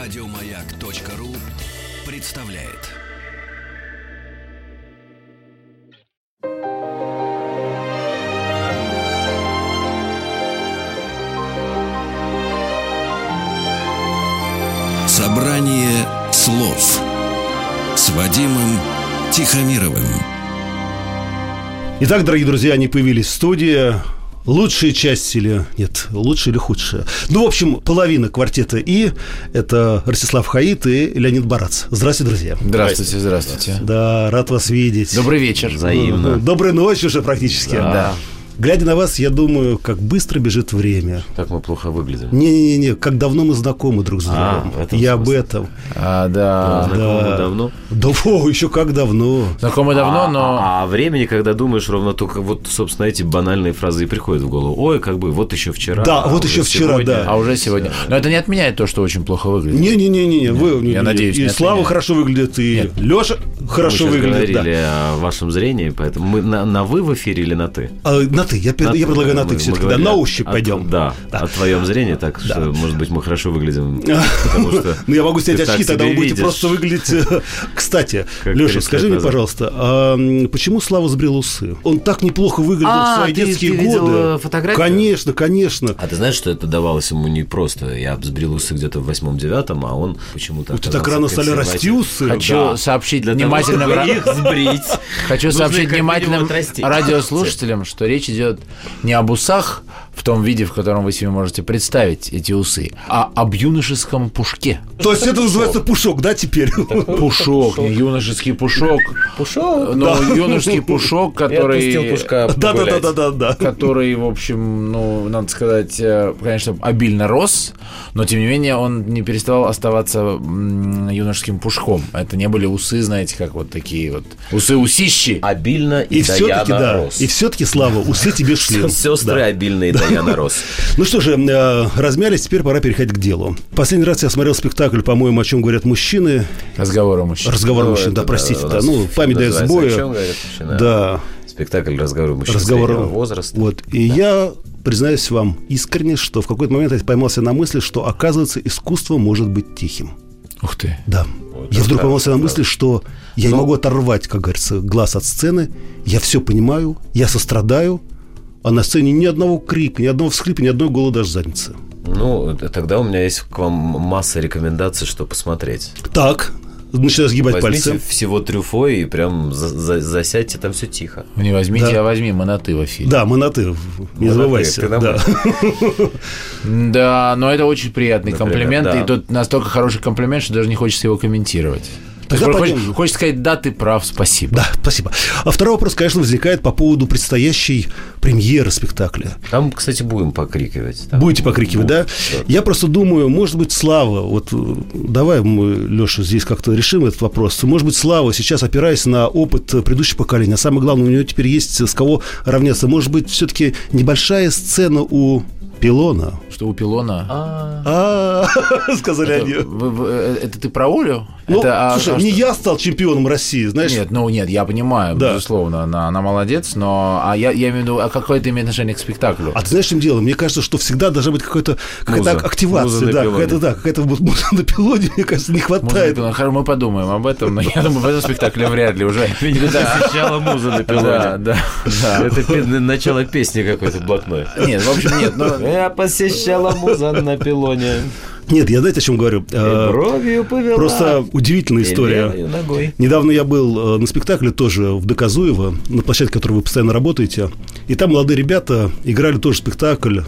Радиомаяк.ру представляет. Собрание слов с Вадимом Тихомировым. Итак, дорогие друзья, они появились в студии. Лучшая часть или... Нет, лучшая или худшая. Ну, в общем, половина квартета И. Это Ростислав Хаит и Леонид Барац. Здравствуйте, друзья. Здравствуйте, здравствуйте. Да, рад вас видеть. Добрый вечер. Ну, Взаимно. Доброй ночи уже практически. Да. Глядя на вас, я думаю, как быстро бежит время. Как мы плохо выглядим. Не-не-не, как давно мы знакомы друг с другом. А, в этом я об смысле. этом. А, да. Знакомы да. давно. Да, фу, еще как давно. Знакомы давно, а, но... а- а времени, когда думаешь, ровно только вот, собственно, эти банальные фразы и приходят в голову. Ой, как бы, вот еще вчера. Да, вот уже еще вчера, да. А уже сегодня. Но это не отменяет то, что очень плохо выглядит. Не-не-не-не, вы, я не- надеюсь, и не Слава отменяю. хорошо выглядит, и Нет. Леша хорошо мы сейчас выглядит. да. говорили о вашем зрении, поэтому мы на, на вы в эфире или на ты? А, на ты, я, пер- я предлагаю на Мы- ты мы все-таки, да, говорили на о- ощупь о- пойдем. Да, о твоем зрении, так что, может быть, мы хорошо выглядим, потому что... Ну, я могу снять ты так очки, тогда вы себя будете видишь. просто выглядеть... э, Кстати, Как Леша, 30 скажи мне, назад. пожалуйста, а, м, почему Слава сбрил усы? Он так неплохо выглядел в А, свои ты- детские ты годы. видел, э, фотографию? Конечно, конечно. А ты знаешь, что это давалось ему не просто. Я сбрил усы где-то в восьмом-девятом, а он почему-то... Ты так рано стали расти усы. Хочу Да. сообщить Для того, внимательным... чтобы ра- их сбрить. Хочу нужно их сообщить как минимум внимательным отрастить. радиослушателям, что речь идет не об усах в том виде, в котором вы себе можете представить эти усы, а об юношеском пушке. То есть это называется пушок, да, теперь? Пушок, не юношеский пушок, Пушок? но юношеский пушок, Я отпустил который... пушка погулять. Да-да-да-да-да. который, в общем, ну, надо сказать, э, конечно, обильно рос, но, тем не менее, он не переставал оставаться м, юношеским пушком. Это не были усы, знаете, как вот такие вот усы-усищи. Обильно и, И все-таки, да, и все-таки, Слава, усы тебе шли. Сестры Да. обильные Даяна Рос. Ну что же, э, размялись, теперь пора переходить к делу. Последний раз я смотрел спектакль, по-моему, о чем говорят мужчины. Разговоры мужчин. Разговор Ну, мужчин, это да, простите, у да. нас Ну, фильм память дает называется «О сбоя. чем говорят мужчины?» Да, Спектакль «Разговор мужчин разговор. среднего возраста». Вот. И я признаюсь вам искренне, что в какой-то момент я поймался на мысли, что, оказывается, искусство может быть тихим. Ух ты. Да. Вот я это вдруг да, поймался на правда. мысли, что я не могу оторвать, как говорится, глаз от сцены. Я все понимаю, я сострадаю, а на сцене ни одного крика, ни одного всхлипа, ни одной голой даже задницы. Ну, тогда у меня есть к вам масса рекомендаций, что посмотреть. Так, начинаю сгибать Возьмите пальцы. всего трюфо и прям за- за- засядьте, там все тихо. Не возьмите, Да. а возьми, мы на «ты» в эфире. Да, мы на ты, не на ты, забывайся. ты на да. Да, но это очень приятный Например, комплимент, да. и тут настолько хороший комплимент, что даже не хочется его комментировать. Тогда Хочешь- пойдем. хочешь, сказать, да, ты прав, спасибо. Да, спасибо. А второй вопрос, конечно, возникает по поводу предстоящей премьеры спектакля. Там, кстати, будем покрикивать. там. Будете Ну, покрикивать, да? всё. Я просто думаю, может быть, Слава, вот э, давай мы, Леша, здесь как-то решим этот вопрос. Может быть, Слава сейчас, опираясь на опыт э, предыдущих поколений, а самое главное, у него теперь есть э, с кого равняться. Может быть, все-таки небольшая сцена у пилона. Что у пилона... А, сказали они. Э, вы- вы- э, Это ты про Олю? Ну, Это, а- слушай, а не что- я стал чемпионом России, знаешь? Нет, ну нет, я понимаю, Да. безусловно, она, она молодец, но а я, я имею в виду, а какое это имеет отношение к спектаклю? А ты знаешь, в чем дело? Мне кажется, что всегда должна быть какая-то какая-то Муза. Муза активация, на да, пилоне. какая-то, да, какая-то вот муза на пилоне, мне кажется, не Может хватает. быть, ну, хоро- мы подумаем об этом, но я думаю, в этом спектакле вряд ли уже. Сначала муза на пилоне. Да, да, да. Это пе- начало песни какой-то блатной. Нет, в общем, нет, ну, Я посещала муза на пилоне. Нет, я знаете, о чем говорю? Э, бровью повела. Просто удивительная и история. левой ногой. Недавно я был э, на спектакле тоже в Доказуево, на площадке, которой вы постоянно работаете. И там молодые ребята играли тоже спектакль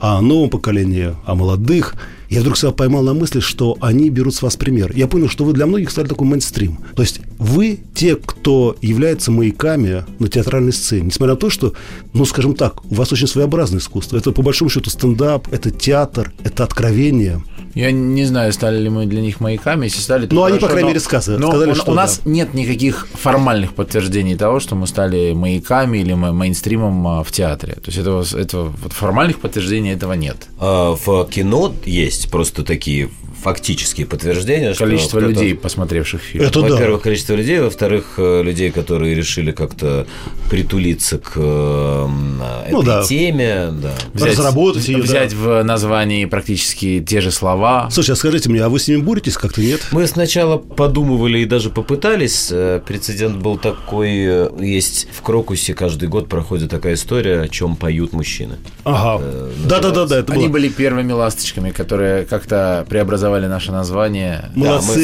о новом поколении, о молодых. Я вдруг себя поймал на мысли, что они берут с вас пример. Я понял, что вы для многих стали такой мейнстрим. То есть вы те, кто является маяками на театральной сцене. Несмотря на то, что, ну, скажем так, у вас очень своеобразное искусство. Это, по большому счету, стендап, это театр, это откровение. я не знаю, стали ли мы для них маяками, если стали, то Ну, они, хорошо, по крайней но- мере, сказы- но сказали, у- что у нас нет никаких формальных подтверждений того, что мы стали маяками или ма- мейнстримом а, в театре. То есть этого, этого вот формальных подтверждений этого нет. А, В кино есть просто такие фактические подтверждения. что Количество кто-то- людей, посмотревших фильм. Это да. Во-первых, количество людей, во-вторых, э, людей, которые решили как-то притулиться к э, м, этой Ну да. теме. Да. Разработать ее, да. взять в названии практически те же слова. Слушай, а скажите мне, а вы с ними боретесь как-то, нет? Мы сначала подумывали и даже попытались. Э, Прецедент был такой. э, Есть в Крокусе каждый год проходит такая история, о чем поют мужчины. Ага. Да-да-да-да, это Они было. были первыми ласточками, которые как-то преобразовали наше название. Молодцы, Да,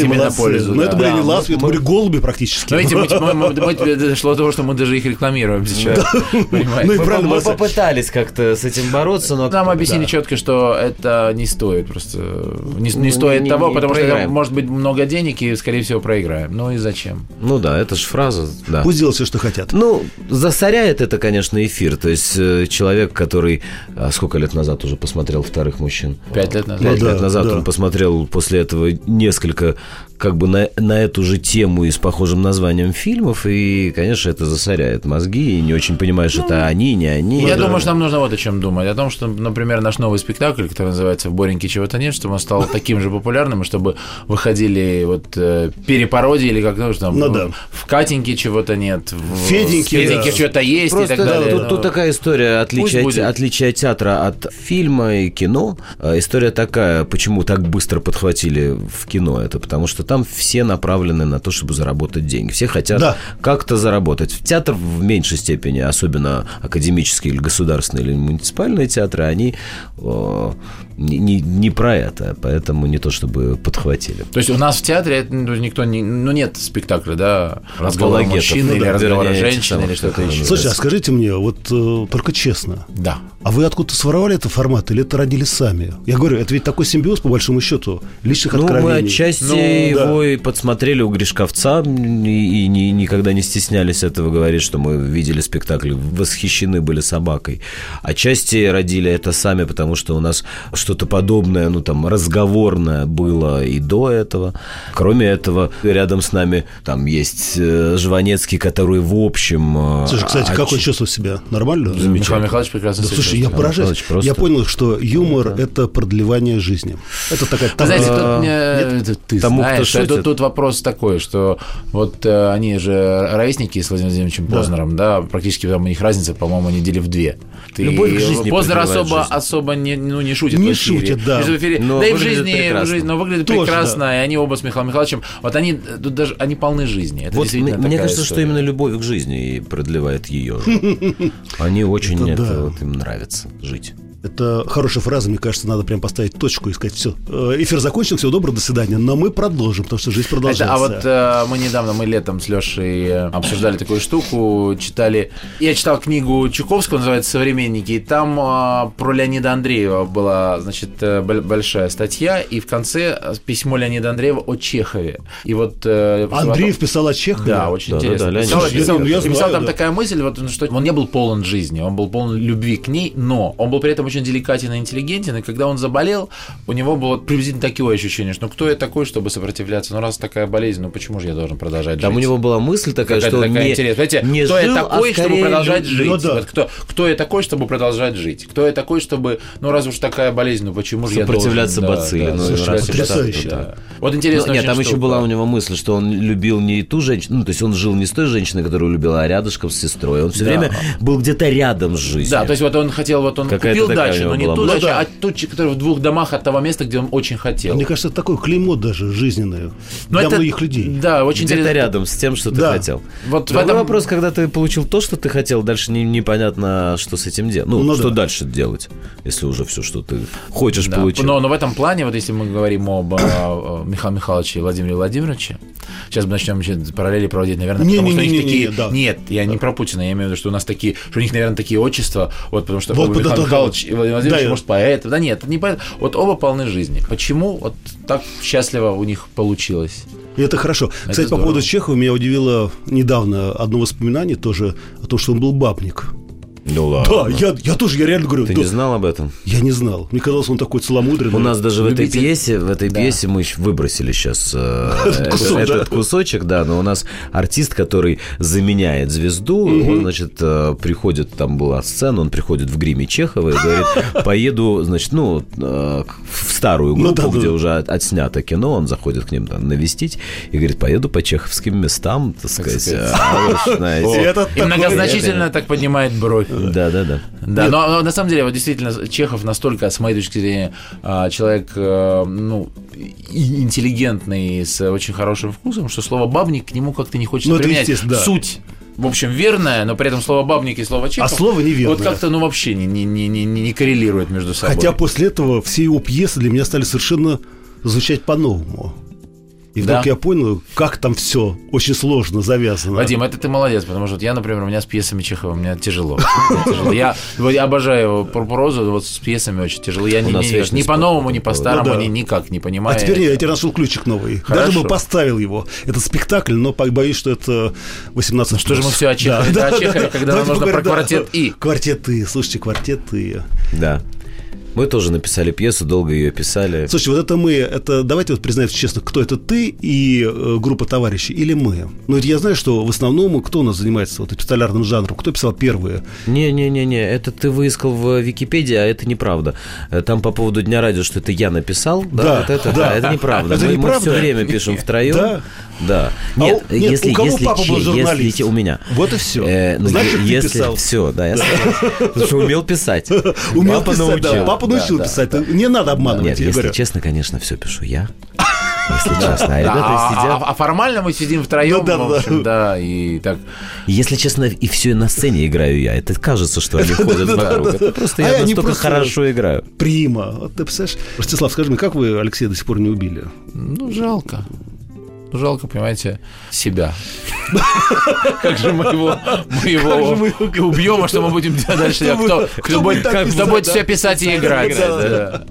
мы- молодцы. Семенополизу, Но да. это были Да, не мы- ласки, это мы- были голуби практически. Но видите, мы, мы- мы- мы- мы- дошло до того, что мы даже их рекламируем сейчас. Понимаете? Ну и Мы, правильно, мы Вася. попытались как-то с этим бороться, но Нам объяснили да. четко, что это не стоит просто. Не, не Ну, стоит не- того, не потому что это проиграем. может быть много денег и, скорее всего, проиграем. Ну и зачем? Ну да, это же фраза. Да. Пусть делают все, что хотят. Ну, засоряет это, конечно, эфир. То есть э, человек, который а, сколько лет назад уже посмотрел вторых мужчин? Пять лет назад. Пять Ну да, лет назад да. он посмотрел после этого несколько как бы на, на эту же тему и с похожим названием фильмов, и, конечно, это засоряет мозги, и не очень понимаешь, это они, не они. Ну, Я Ну Да. думаю, что нам нужно вот о чем думать. О том, что, например, наш новый спектакль, который называется «В Бореньке чего-то нет», чтобы он стал таким же популярным, и чтобы выходили вот э, перепародии или как-то что там. Ну в- да. В Катеньке чего-то нет. В Феденьке, в Феденьке да. что-то есть Просто и так да, далее. тут, Ну, тут такая история отличия, пусть от- будет. отличия театра от фильма и кино. Э, История такая, почему так быстро подхватили в кино это, потому что там все направлены на то, чтобы заработать деньги. Все хотят Да. как-то заработать. В театр в меньшей степени, особенно академические или государственные или муниципальные театры, они э, не, не- не про это, поэтому не то чтобы подхватили. То есть у нас в театре это, ну, никто не... Ну, нет спектакля, да, разговора Апологетов, мужчины ну или да, разговора вернее, женщины этих или что-то самых, еще. как Слушай, а скажите мне, вот э, только честно, Да. а вы откуда-то своровали этот формат или это родили сами? Я говорю, это ведь такой симбиоз, по большому счету, личных Ну, мы откровений. отчасти Ну, да. его и подсмотрели у Гришковца и, и ни- никогда не стеснялись этого говорить, что мы видели спектакль, восхищены были собакой. Отчасти родили это сами, потому что у нас что-то подобное, ну там, разговорное было и до этого. Кроме этого, рядом с нами там есть э, Жванецкий, который в общем... э, Слушай, кстати, отч- как он чувствует себя? Нормально? Михаил Михайлович прекрасно Да, себя слушай, я чувствует. поражаюсь. Михайлович просто- Я понял, что юмор это продлевание жизни. Это такая Вы знаете, тактика. тут мне- А, это ты тому, кто знаешь, шутит. это тут вопрос такой, что вот э, они же ровесники с Владимиром Владимировичем Познером, да, практически там у них разница, по-моему, недели в две. Ты- Любовь к жизни Познер продлевает особо, жизнь. особо не, ну, не шутит Не в эфире. шутит, да. Даже в эфире. Но да и в выглядит жизни, прекрасно. в жизни, но выглядит Тоже, прекрасно, и они оба с Михаилом Михайловичем, вот они, э, тут даже, они полны жизни. Это Вот мне, действительно мне такая кажется, что история. именно любовь к жизни и продлевает ее. Они очень Это это, да. вот им нравится жить. Это хорошая фраза, мне кажется, надо прям поставить точку и сказать, все, эфир закончен, всего доброго, до свидания. Но мы продолжим, потому что жизнь Это- продолжается. а вот э, мы недавно, мы летом с Лешей обсуждали такую штуку, читали... Я читал книгу Чуковского, называется «Современники», и там э, про Леонида Андреева была, значит, э, бо- большая статья, и в конце э, письмо Леонида Андреева о Чехове. И вот... э, Андреев писал о Чехове. да, очень Да, да, интересно. да, Леонид Писал- Ильич. писал- Я- я и писал знаю, там да. такая мысль, вот, ну, что он не был полон жизни, он был полон любви к ней, но он был при этом очень деликатен и интеллигентен, и когда он заболел, у него было приблизительно такое ощущение, что ну, кто я такой, чтобы сопротивляться, ну раз такая болезнь, ну почему же я должен продолжать Там жить? у него была мысль такая, Какая-то что он такая не, интересная. Знаете, не кто жил, я такой, а чтобы скорее продолжать лю- жить? Ну да. Вот кто, кто я такой, чтобы продолжать жить? Кто я такой, чтобы, ну раз уж такая болезнь, ну почему же я должен? Сопротивляться Да, бацилле, да, ну, сопротивляться раз бацилле, потрясающе. да. Вот интересно. Ну, нет, там еще была у него мысль, что он любил не ту женщину, ну, то есть он жил не с той женщиной, которую любил, а рядышком с сестрой. Он все Да. время был где-то рядом с жизнью. Да, то есть вот он хотел, вот он Какая-то купил такая дачу, у него но не была ту мысль. дачу, Ну да. а ту, че- которая в двух домах от того места, где он очень хотел. Мне кажется, это такое клеймо даже жизненное для Но Ну, это- многих людей. Да, очень Где-то интересно. рядом с тем, что ты Да. хотел. Вот в Другой этом- вопрос, когда ты получил то, что ты хотел, дальше не- непонятно, что с этим делать. Ну, Ну что да. дальше делать, если уже все, что ты хочешь, Да, получил. но, но в этом плане, вот если мы говорим об э, э, Михаиле Михайловиче и Владимире Владимировиче, сейчас мы начнем еще параллели проводить, наверное, Не, потому не, что у не, не, них не, такие... не, да. Нет, я не про Путина, я имею в виду, что у нас такие, что у них, наверное, такие отчества, вот потому что Вот, у вот, Михаила вот, вот. Михайловича и Владимира Владимировича, Да, может, поэт. Да нет, это не поэт. Вот оба полны жизни. Почему вот так счастливо у них получилось? И это хорошо. Кстати, по здорово. поводу Чехова меня удивило недавно одно воспоминание тоже о том, что он был бабник. Ну А, ладно. Да, я, я тоже, я реально говорю, Ты да, не знал об этом? я не знал. Мне казалось, он такой целомудренный. У нас даже в этой любитель- пьесе, в этой пьесе мы еще выбросили сейчас этот, кусок, да? этот кусочек, да, но у нас артист, который заменяет звезду, он, значит, э, приходит, там была сцена, он приходит в гриме Чехова и говорит, поеду, значит, ну, э, к- в старую Ну группу, да, да. где уже от- отснято кино, он заходит к ним там, навестить и говорит, поеду по чеховским местам, так сказать. сказать. а вы знаете». Это И такое- ну, многозначительно так поднимает бровь. Да, да, да. Да, но, но на самом деле, вот действительно, Чехов настолько, с моей точки зрения, а, человек, э, ну, и- интеллигентный, с очень хорошим вкусом, что слово «бабник» к нему как-то не хочется Ну, это применять. естественно, да. Суть, в общем, верная, но при этом слово «бабник» и слово «Чехов» А слово неверное. вот как-то, ну, вообще не, не, не, не, не коррелирует между собой. Хотя после этого все его пьесы для меня стали совершенно звучать по-новому. И вдруг Да. я понял, как там все очень сложно завязано. Вадим, это ты молодец, потому что вот я, например, у меня с пьесами Чехова, мне тяжело. Мне тяжело. Я, вот я обожаю Пурпурозу, вот с пьесами очень тяжело. Я У не, нас не- вечный ни спор по-новому, ни по этому по-старому, поводу. ни- никак не А понимаю. теперь я, я тебе нашел ключик новый. Даже Хорошо. бы поставил его. Это спектакль, но по- боюсь, что это 18 Что же мы все о Чехове? Да, о Чехове, когда нам Давайте нужно поговорим, про да. «Квартет И». Квартет И. Слушайте, квартет И. Да. Мы тоже написали пьесу, долго ее писали. Слушайте, вот это мы, это давайте вот признаемся честно, кто это ты и э, группа товарищей, или мы? Ну, ведь я знаю, что в основном кто у нас занимается вот эпистолярным жанром, кто писал первые? Не-не-не-не, это ты выискал в Википедии, а это неправда. Э, Там по поводу Дня радио, что это я написал, да, Да, вот это, да. это неправда. Это мы, неправда. все время пишем втроем. Да. Да. А Нет, у- нет, если, у кого если папа че- был если журналист? те- у меня. Вот и все. Э, ну, Значит, е- ты если писал. все, да, я согласен. Потому что умел писать. Умел Папа писать, да, научил. папа научил Да, да, писать. Не надо обманывать, Нет, я если говорю. честно, конечно, все пишу я. Если честно, а Да, ребята а- сидят. а- а формально мы сидим втроем, Ну да, в да. общем, да, и так. Если честно, и все и на сцене играю я. Это кажется, что они ходят вокруг. Это Просто А я они настолько просто- хорошо играю. Прима. Вот ты писаешь. Ростислав, скажи мне, как вы Алексея до сих пор не убили? Ну, жалко. Ну, Жалко, понимаете, себя. Как же мы его, мы его убьем, а что мы будем делать дальше? Что А Кто, мы- кто кто будет, будет так кто писать, будет да? все писать и играть? да.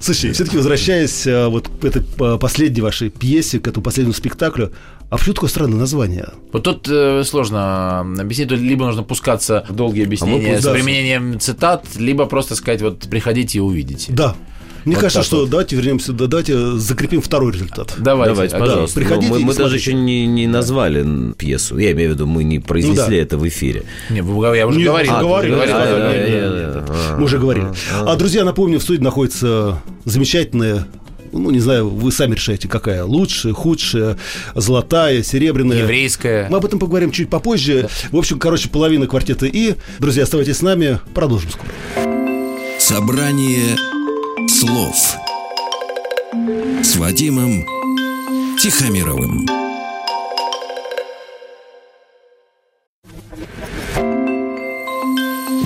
Слушай, все-таки возвращаясь э, вот к этой э, последней вашей пьесе, к этому последнему спектаклю, а почему такое странное название? Вот тут э, сложно объяснить, Тут либо нужно пускаться в долгие объяснения с А пускаться. применением цитат, либо просто сказать, вот приходите и увидите. Да. Мне Вот кажется, так что вот. давайте вернемся, да, давайте закрепим второй результат. Давайте, а Давайте, окей. пожалуйста. Да, А приходите Ну, мы и мы даже смотрите. еще не, не назвали м, пьесу. Я имею в виду, мы не произнесли Ну да. это в эфире. Не, вы- я уже Не, говорил. а, говорил, говорил, да, говорил. да, да, Мы уже говорили. А, друзья, напомню, в студии находится замечательная ну, не знаю, вы сами решаете, какая лучшая, худшая, золотая, серебряная. Еврейская. Мы об этом поговорим чуть попозже. В общем, короче, половина квартета И. Друзья, оставайтесь с нами. Продолжим скоро. Собрание слов с Вадимом Тихомировым.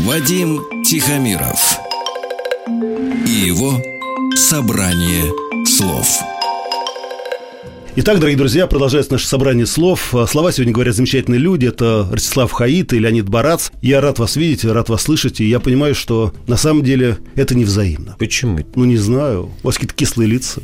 Вадим Тихомиров и его собрание слов. Итак, дорогие друзья, продолжается наше собрание слов. А, Слова сегодня говорят замечательные люди. Это Ростислав Хаит и Леонид Барац. Я рад вас видеть, рад вас слышать. И я понимаю, что на самом деле это не взаимно. Почему? Ну, не знаю. У вас какие-то кислые лица.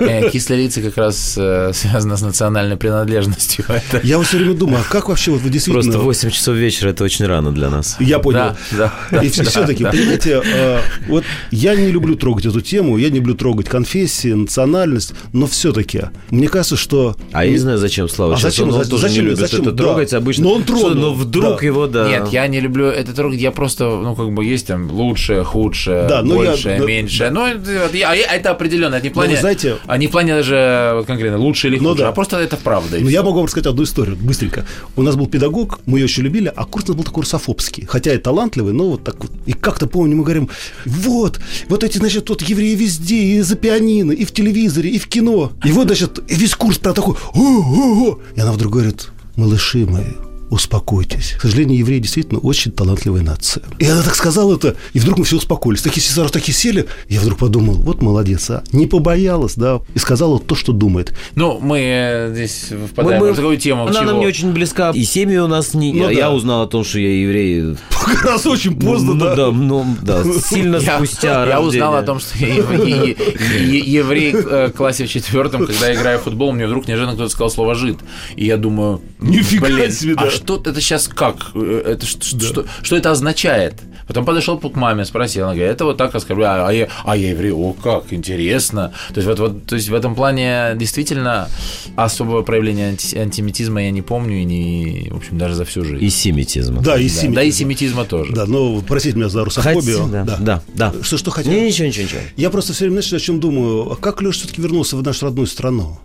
Э, Кислая лица как раз э, связана с национальной принадлежностью. Это- Я вот все время думаю, а как вообще вот вы действительно... Просто 8 часов вечера это очень рано для нас. Я понял. Да, да, да, и все- да, все-таки, да. понимаете, э, вот я не люблю трогать эту тему, я не люблю трогать конфессии, национальность, но все-таки мне кажется, что... А я не знаю, зачем Слава А сейчас. зачем? он, он Зачем? тоже Зачем? не любит Зачем? это Да. трогать обычно. Но он Что, тронул, но вдруг да. его, да. Нет, я не люблю это трогать, я просто, ну, как бы, есть там лучшее, худшее, Да, ну, я- большее, да, меньшее. Ну, это, вот я- а я- это определенно, это не в Ну, вы плане, знаете- а не в плане даже вот конкретно лучше или Ну, хуже, да. а просто это правда. и Ну, я всё. могу вам рассказать одну историю, быстренько. У нас был педагог, мы ее очень любили, а курс у нас был такой русофобский. Хотя и талантливый, но вот так вот. И как-то помню, мы говорим, вот, вот эти, значит, тут евреи везде, и за пианино, и в телевизоре, и в кино. И вот, значит, и весь курс про такой, «О, о, о». И она вдруг говорит, малыши мои, успокойтесь. К сожалению, евреи действительно очень талантливая нация. И она так сказала это, и вдруг мы все успокоились. Такие все сразу такие сели. Я вдруг подумал, вот молодец, а. Не побоялась, да. И сказала то, что думает. Ну, мы э, здесь Мы- впадаем мы- в такую тему. Она чего- нам не очень близка. И семьи у нас не... Ну я, я да. узнал о том, что я еврей. Как раз очень поздно, ну, да. да. Ну, да, сильно Я, спустя я рождения. узнал о том, что я е- е- е- еврей э, в классе в четвертом, когда я играю в футбол, мне вдруг неожиданно кто-то сказал слово «жид». И я думаю, Нифига блин, себе, а да. что это сейчас как? Э, Это, ш- ш- что, что это означает? Потом подошел к маме, спросил, она говорит, это вот так оскорбляю, а я, а я еврей, о, как, интересно. То есть, вот, вот, то есть в этом плане действительно особого проявления анти- антисемитизма я не помню и не, в общем, даже за всю жизнь. И семитизма. Да, и Да, да, и семитизм. семитизма тоже. Да, но простите меня за Хотя- русофобию. да, да, да. Что, что хотел? Не, ничего, ничего, ничего. Я просто все время, знаешь, о чем думаю. А как Леша все-таки вернулся в нашу родную страну?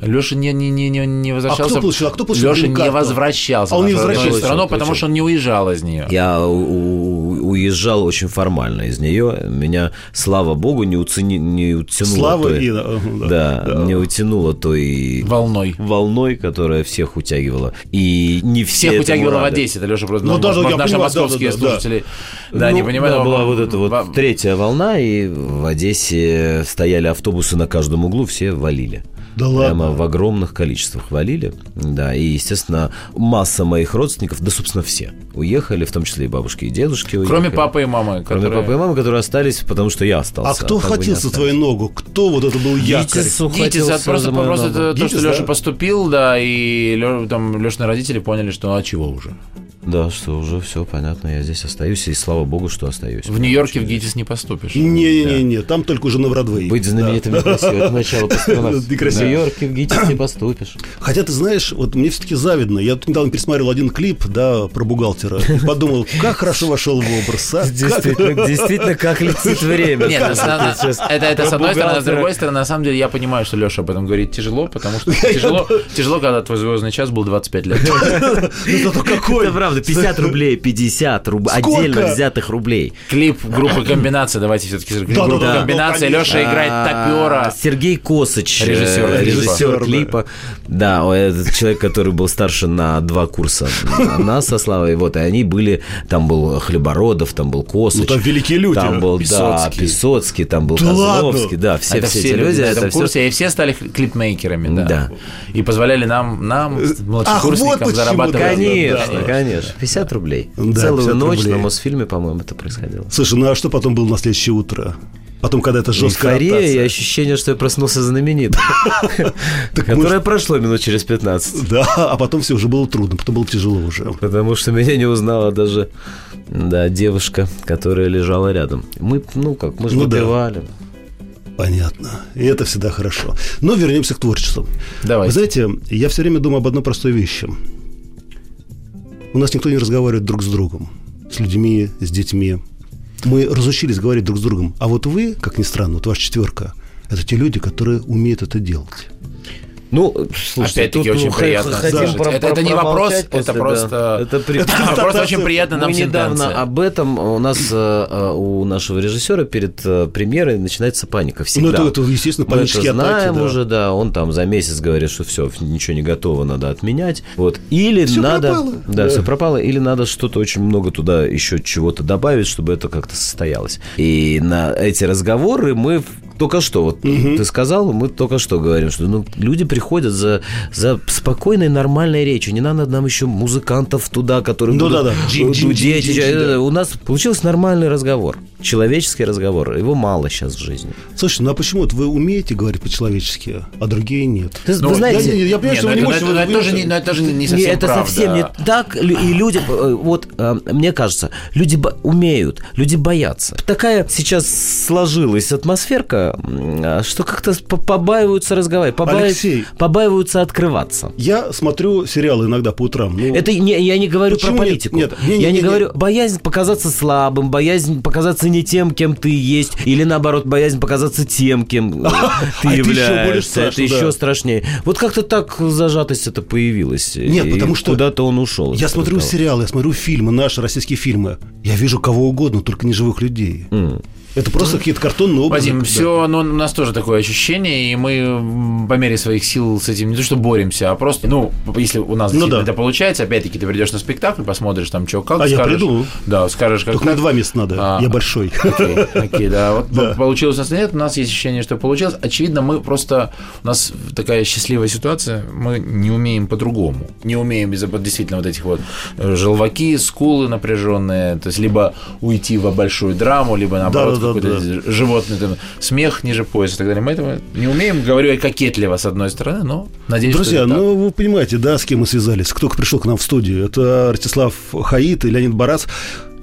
А Леша не, не, не, не, не возвращался. кто получил- а кто получил Леша не грин-карту? возвращался. А он не на родную возвращался. страну, Получил, потому что он не уезжал из нее. Я у- у- уезжал очень формально из нее. Меня, слава богу, не, уцени, не утянуло. Слава той- и- ага, Да, да, да. не утянуло той Волной. волной, которая всех утягивала. И не все Всех этому утягивало в рады. Одессе, это Леша просто. Ну, может, даже может, я наши понимаю, да, московские да, да, да. слушатели. Да, Ну, не понимают. да, но- была вот эта вот во- третья волна, и в Одессе стояли автобусы на каждом углу, все валили. Да Прямо ладно. в огромных количествах валили. Да, и, естественно, масса моих родственников, да, собственно, все уехали, в том числе и бабушки, и дедушки Кроме уехали. папы и мамы. Кроме которые- папы и мамы, которые остались, потому что я остался. А кто так бы не хватился остались. твою ногу? Кто вот это был якорь? Гитис Гитис, ухватился это просто, за мою просто ногу. это то, Гитис, что Леша да. поступил, да, и Лё- там Лешины родители поняли, что а чего уже. Да, что уже все понятно, я здесь остаюсь, и слава богу, что остаюсь. В Нью-Йорке в Гитис не поступишь. Не-не-не, там только уже на Бродвее. Быть знаменитым некрасиво, это начало постановки. В Некрасиво. Нью-Йорке в ГИТИС не поступишь. Хотя, ты знаешь, вот мне все-таки завидно. Я тут недавно пересмотрел один клип, да, про бухгалтера. И подумал, как хорошо вошел в образ, а? Как- Действительно, действительно, как летит время. Нет, это, на- Сейчас это, это с одной стороны, а с бухгалтера. другой стороны, на самом деле, я понимаю, что Леша об этом говорит тяжело, потому что тяжело, тяжело, когда твой звездный час был 25 лет. Ну, зато какой. Это правда, 50 рублей, 50 руб- Сколько? отдельно взятых рублей. Клип группы «Комбинация», давайте все-таки клип Да, да, группы да, «Комбинация», ну, Леша играет А, топера. Сергей Косыч, э, Режиссер клипа. режиссер клипа. Да, о, этот человек, который был старше на два курса нас со Славой. Вот, и они были, там был Хлебородов, там был Косыч. Ну, там великие люди. Там был, да, Песоцкий. Песоцкий, там был Да ладно? Козловский. Да, все это все эти люди, на этом это все... курсе, и все стали хли- клипмейкерами, да. Да. И позволяли нам, нам Э, Ах, вот младшекурсникам, почему, зарабатывать. да, Конечно, конечно. 50 рублей. Да, Целую 50 ночь на рублей. Мосфильме, по-моему, это происходило. Слушай, ну а что потом было на следующее утро? Потом, когда это жесткая Эйфория и ротация. ощущение, что я проснулся знаменитым. Которое прошло минут через 15. Да, а потом все уже было трудно, потом было тяжело уже. Потому что меня не узнала даже да, девушка, которая лежала рядом. Мы, ну как, мы же Ну да. выпивали. Понятно. И это всегда хорошо. Но вернемся к творчеству. Давайте. Вы знаете, я все время думаю об одной простой вещи. У нас никто не разговаривает друг с другом. С людьми, с детьми. Мы разучились говорить друг с другом. А вот вы, как ни странно, вот ваша четверка, это те люди, которые умеют это делать. Ну, слушайте, Опять-таки тут, очень ну, х- приятно хотим слышать. про- Это- это не про- вопрос, промолчать это после, да. просто- Это при- Просто очень приятно нам Мы всем недавно танцы. об этом у нас э, э, у нашего режиссера перед э, премьерой начинается паника всегда. Ну, это, это, естественно, Мы это панические атаки. знаем да. уже, да. Он там за месяц говорит, что все, ничего не готово, надо отменять. Вот. Или Всё надо. пропало. Да, Да. все пропало. Или надо что-то очень много туда еще чего-то добавить, чтобы это как-то состоялось. И на эти разговоры мы в- только что, вот ты сказал, мы только что говорим, что ну, люди приходят за, за спокойной, нормальной речью. Не надо нам еще музыкантов туда, которые Ну да, будут да. Джин, джин, дудеть. джин, джин, да. У нас получился нормальный разговор. Человеческий разговор. Его мало сейчас в жизни. Слушай, ну а почему вот вы умеете говорить по-человечески, а другие нет? Ты- Ну, вы знаете, я не- я понимаю, Не, что ну вы не это- можете- ну это вы- тоже вы- не- ну это тоже не Не, совсем это правда. совсем не так. Лю- И люди, э, вот э, мне кажется, люди бо- умеют, люди боятся. Такая сейчас сложилась атмосферка, м, а, что как-то по- побаиваются разговаривать, побаив- Алексей. побаиваются открываться. Я смотрю сериалы иногда по утрам. ну, Это не, я не говорю Почему про нет? политику. Нет, не- не- я не, не- не. говорю боязнь показаться слабым, боязнь показаться не тем, кем ты есть, или наоборот боязнь показаться тем, кем э, ты это еще А более являешься. Это страшно, еще да. страшнее. Вот как-то так зажатость это появилась. Нет, и потому что куда-то он ушел. Я из-под смотрю того. сериалы, я смотрю фильмы, наши российские фильмы. Я вижу кого угодно, только не живых людей. Это просто какие-то картонные образы. Ну, Вадим, Да. все, ну, у нас тоже такое ощущение, и мы м, по мере своих сил с этим не то что боремся, а просто, ну, если у нас Ну действительно да. это получается, опять-таки ты придешь на спектакль, посмотришь там, что, как, А я скажешь. приду. Да, скажешь, как Только на так. два места надо. А. Я большой. Окей, окей, да. Вот получилось у нас или нет, у нас есть ощущение, что получилось. Очевидно, мы просто у нас такая счастливая ситуация, мы не умеем по-другому, не умеем из-за вот действительно вот этих вот э, желваки, скулы напряженные, то есть либо уйти во большую драму, либо Да-да-да. наоборот да, какой-то животный там, смех ниже пояса и так далее. Мы этого не умеем. Говорю я кокетливо, с одной стороны, но надеюсь, Друзья, что это так. ну вы понимаете, да, с кем мы связались, кто пришел к нам в студию. Это Ростислав Хаид и Леонид Барац.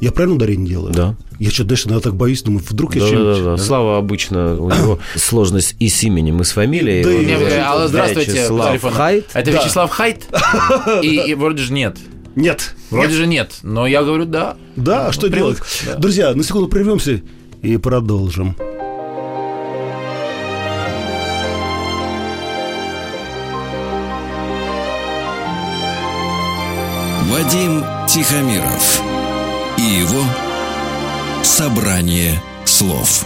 Я правильно ударение делаю? Да. Я что, дальше надо так боюсь, думаю, вдруг я Да, чем-нибудь... да, да. Слава обычно у него сложность и с именем, и с фамилией. Да Вот, и- Не, э, алло, здравствуйте, Вячеслав по телефону. Хайт. Это Да. Вячеслав Хайт? И, и вроде же нет. Нет. Вроде же нет. Но я говорю, да. Да, а что привык, делать? Друзья, на секунду прервемся и продолжим. Вадим Тихомиров и его собрание слов.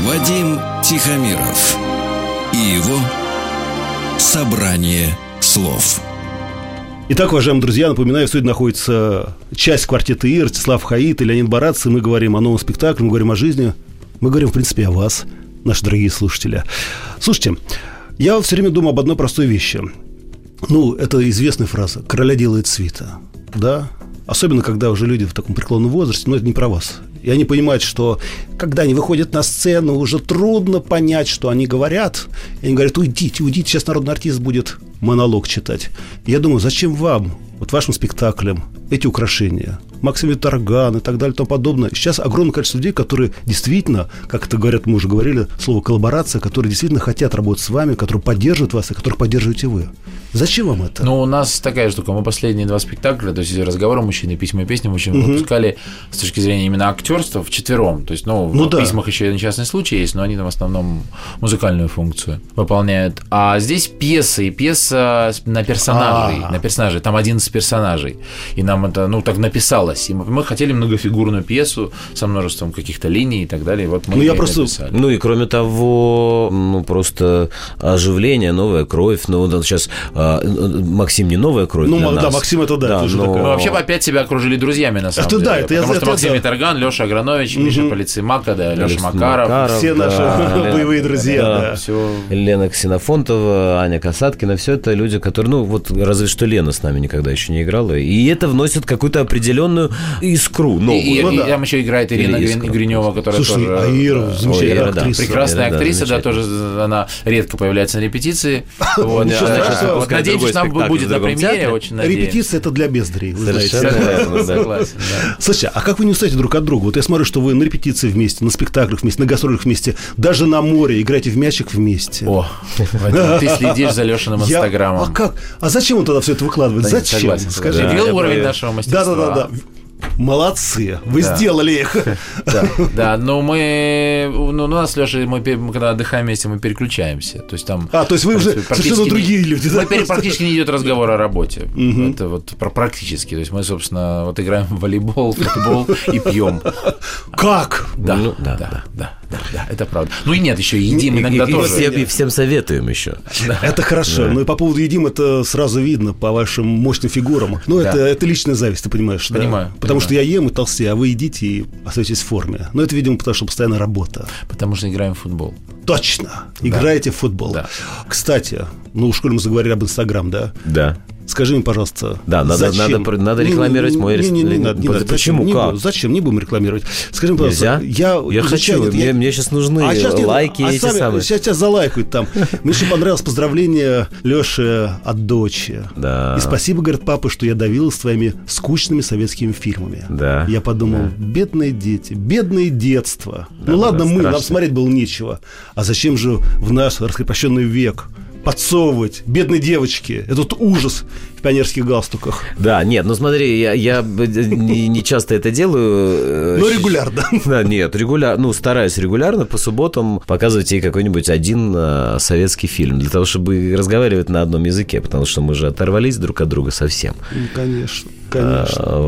Вадим Тихомиров и его собрание слов. Итак, уважаемые друзья, напоминаю, в студии находится часть квартета И, Ростислав Хаид и Леонид Барац, и мы говорим о новом спектакле, мы говорим о жизни, мы говорим, в принципе, о вас, наши дорогие слушатели. Слушайте, я все время думаю об одной простой вещи. Ну, это известная фраза «короля делает свита», да? Особенно, когда уже люди в таком преклонном возрасте, но это не про вас. И они понимают, что когда они выходят на сцену, уже трудно понять, что они говорят. И они говорят, уйдите, уйдите, сейчас народный артист будет монолог читать. Я думаю, зачем вам, вот вашим спектаклям, эти украшения? Максим Тарган и так далее и тому подобное. Сейчас огромное количество людей, которые действительно, как это говорят, мы уже говорили, слово коллаборация, которые действительно хотят работать с вами, которые поддерживают вас и которых поддерживаете вы. Зачем вам это? Ну, у нас такая штука. Мы последние два спектакля, то есть разговоры мужчины, письма и песни, мы очень выпускали с точки зрения именно актерства в четвером. То есть, ну, в Ну да. письмах еще и несчастный случай есть, но они там в основном музыкальную функцию выполняют. А здесь пьеса, и пьеса с- на персонажей. А. На персонажей. Там 11 персонажей. И нам это, ну, так написалось. И мы, мы хотели многофигурную пьесу со множеством каких-то линий и так далее. Вот мы Ну, я ее и просто- написали. Ну и кроме того, ну просто оживление, новая кровь. Ну вот сейчас Максим не новая кровь. Ну, для да, нас. Максим это да, это уже такая- Мы Ну, вообще опять себя окружили друзьями, на самом Это деле. да, это я- потому что это Максим да. Виторган, Леша Агранович, Миша Полицеймака, да, Леша Алексей Макаров. Макаров, Все да, наши Лена- боевые друзья, да. Все. Лена Ксенофонтова, Аня Касаткина, все это люди, которые, ну, вот разве что Лена с нами никогда еще не играла. И это вносит какую-то определенную искру И, новую. и- Ну и да. там еще играет Ирина Или Грин- Искра. Гринева, которая Слушай, тоже... а Ира, замечательная Ира, да, актриса. Прекрасная Ира, да, актриса, да, замечательная. тоже она редко появляется на репетиции. Вот, Ничего она- страшного. вот Пускай Надеюсь, другой что нам спектакль в будет на другом премьере, театре. очень надеюсь. Репетиция это для бездарей. вы знаете. Совершенно верно, да. Согласен, да. Слушайте, а как вы не устаете друг от друга? Вот я смотрю, что вы на репетиции вместе, на спектаклях вместе, на гастролях вместе, даже на море играете в мячик вместе. О, Вадим, ты следишь за Лешиным Я- инстаграмом. А как? А зачем он тогда все это выкладывает? Да нет, зачем? согласен, Скажи. согласен. Видел я уровень поверю. нашего мастерства? Да, да, да, да. Молодцы, вы Да. сделали их. Да, да, но мы, ну, у нас, Леша, мы, пе- мы когда отдыхаем вместе, мы переключаемся. То есть там... А, то есть вы уже практически совершенно не- другие люди, да? Мы пере- практически не идет разговор о работе. Это вот про практически. То есть мы, собственно, вот играем в волейбол, футбол и пьем. Как? Да, Ну, да, да, да, да, да, это правда. Ну и нет, еще едим И- иногда и тоже. всем- и всем советуем еще. Это хорошо. Ну и по поводу Едим это сразу видно по вашим мощным фигурам. Ну, Да. это, это личная зависть, ты понимаешь, да? Понимаю, Потому понимаю. что я ем и толстею, а вы едите и остаетесь в форме. Но это, видимо, потому что постоянно работа. Потому что играем в футбол. Точно! Играете в футбол. Да. Кстати, ну, в школе мы заговорили об Инстаграм, да? Да. Скажи мне, пожалуйста, Да, надо- зачем? надо про- надо Не, не, рекламировать не, мой не, рес- не, не надо, не Под- надо. почему? Зачем? Не Как? будем- Зачем не будем рекламировать? Скажи, мне, Нельзя? пожалуйста, я Я хочу, изучаю это, мне, я- мне сейчас нужны а сейчас нет, лайки а эти сами- самые. Сейчас тебя залайкают там. Мне еще понравилось поздравление Леши от дочи. Да. И спасибо, говорит папа, что я давил с твоими скучными советскими фильмами. Да. Я подумал, бедные дети, бедное детство. ну ладно, да, мы, страшно. нам смотреть было нечего. А зачем же в наш раскрепощенный век подсовывать бедной девочке этот ужас в пионерских галстуках? Да, нет, ну смотри, я, я б- не, не часто это делаю. э, Но щ- Ну, регулярно. Да, нет, регулярно, ну, стараюсь регулярно по субботам показывать ей какой-нибудь один э, советский фильм, для того, чтобы разговаривать на одном языке, потому что мы же оторвались друг от друга совсем. Ну, конечно. Конечно. А,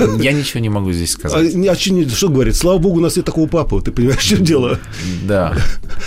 вот. Я ничего не могу здесь А, сказать. не- а че не- что говорит? Слава богу, у нас нет такого папы. Ты понимаешь, в чем дело? Да.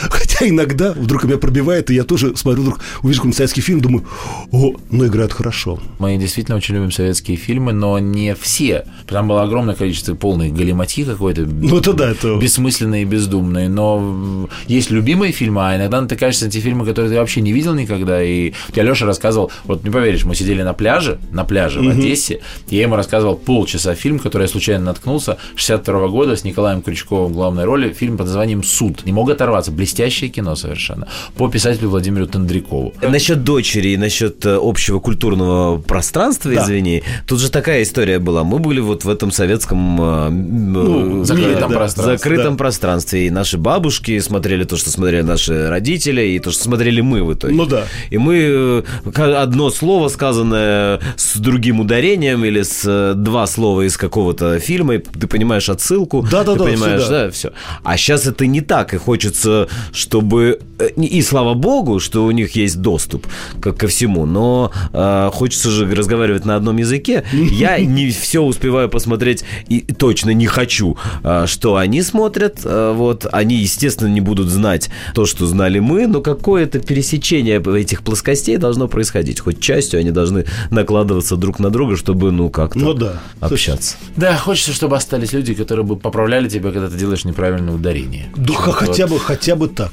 Хотя иногда вдруг меня пробивает, и я тоже смотрю, вдруг увижу какой-нибудь советский фильм, думаю, о, ну играют хорошо. Мы действительно очень любим советские фильмы, но не все. Там было огромное количество полной галиматьи какой-то. Ну это да, это... бессмысленные и бездумные, но м, есть любимые фильмы, а иногда натыкаешься на те фильмы, которые ты вообще не видел никогда, и вот я Леша рассказывал, вот не поверишь, мы сидели на пляже, на пляже в Одессе, и я ему рассказывал полчаса фильм, который я случайно наткнулся, 62 года с Николаем Крючковым в главной роли, фильм под названием «Суд». Не мог оторваться, блестящее кино совершенно, по писателю Владимиру Тондрякову. Насчет дочери и насчет э, общего культурного пространства, Да. извини, тут же такая история была. Мы были вот в этом советском э, м, Ну, э, закрытом да, пространстве, закрытом пространстве. И наши бабушки смотрели то, что смотрели наши родители, и то, что смотрели мы в итоге. Ну да. И мы э, ка- одно слово, сказанное с другим ударением, или с э, два слова из какого-то фильма, и ты понимаешь отсылку. Да-да-да, ты всё, понимаешь, да. да, все. А сейчас это не так, и хочется, чтобы... э, И слава богу, что у них есть доступ ко, ко всему, но э, хочется же разговаривать на одном языке. Я не все успеваю посмотреть и точно не хочу, э, что они смотрят. э, вот Они, естественно, не будут знать то, что знали мы, но какое-то пересечение этих плоскостей должно происходить. Хоть частью они должны накладываться друг на друга, чтобы, ну, как-то Ну да. общаться. Да, хочется, чтобы остались люди, которые бы поправляли тебя, когда ты делаешь неправильное ударение. Да х- Чего-то хотя бы, хотя бы так.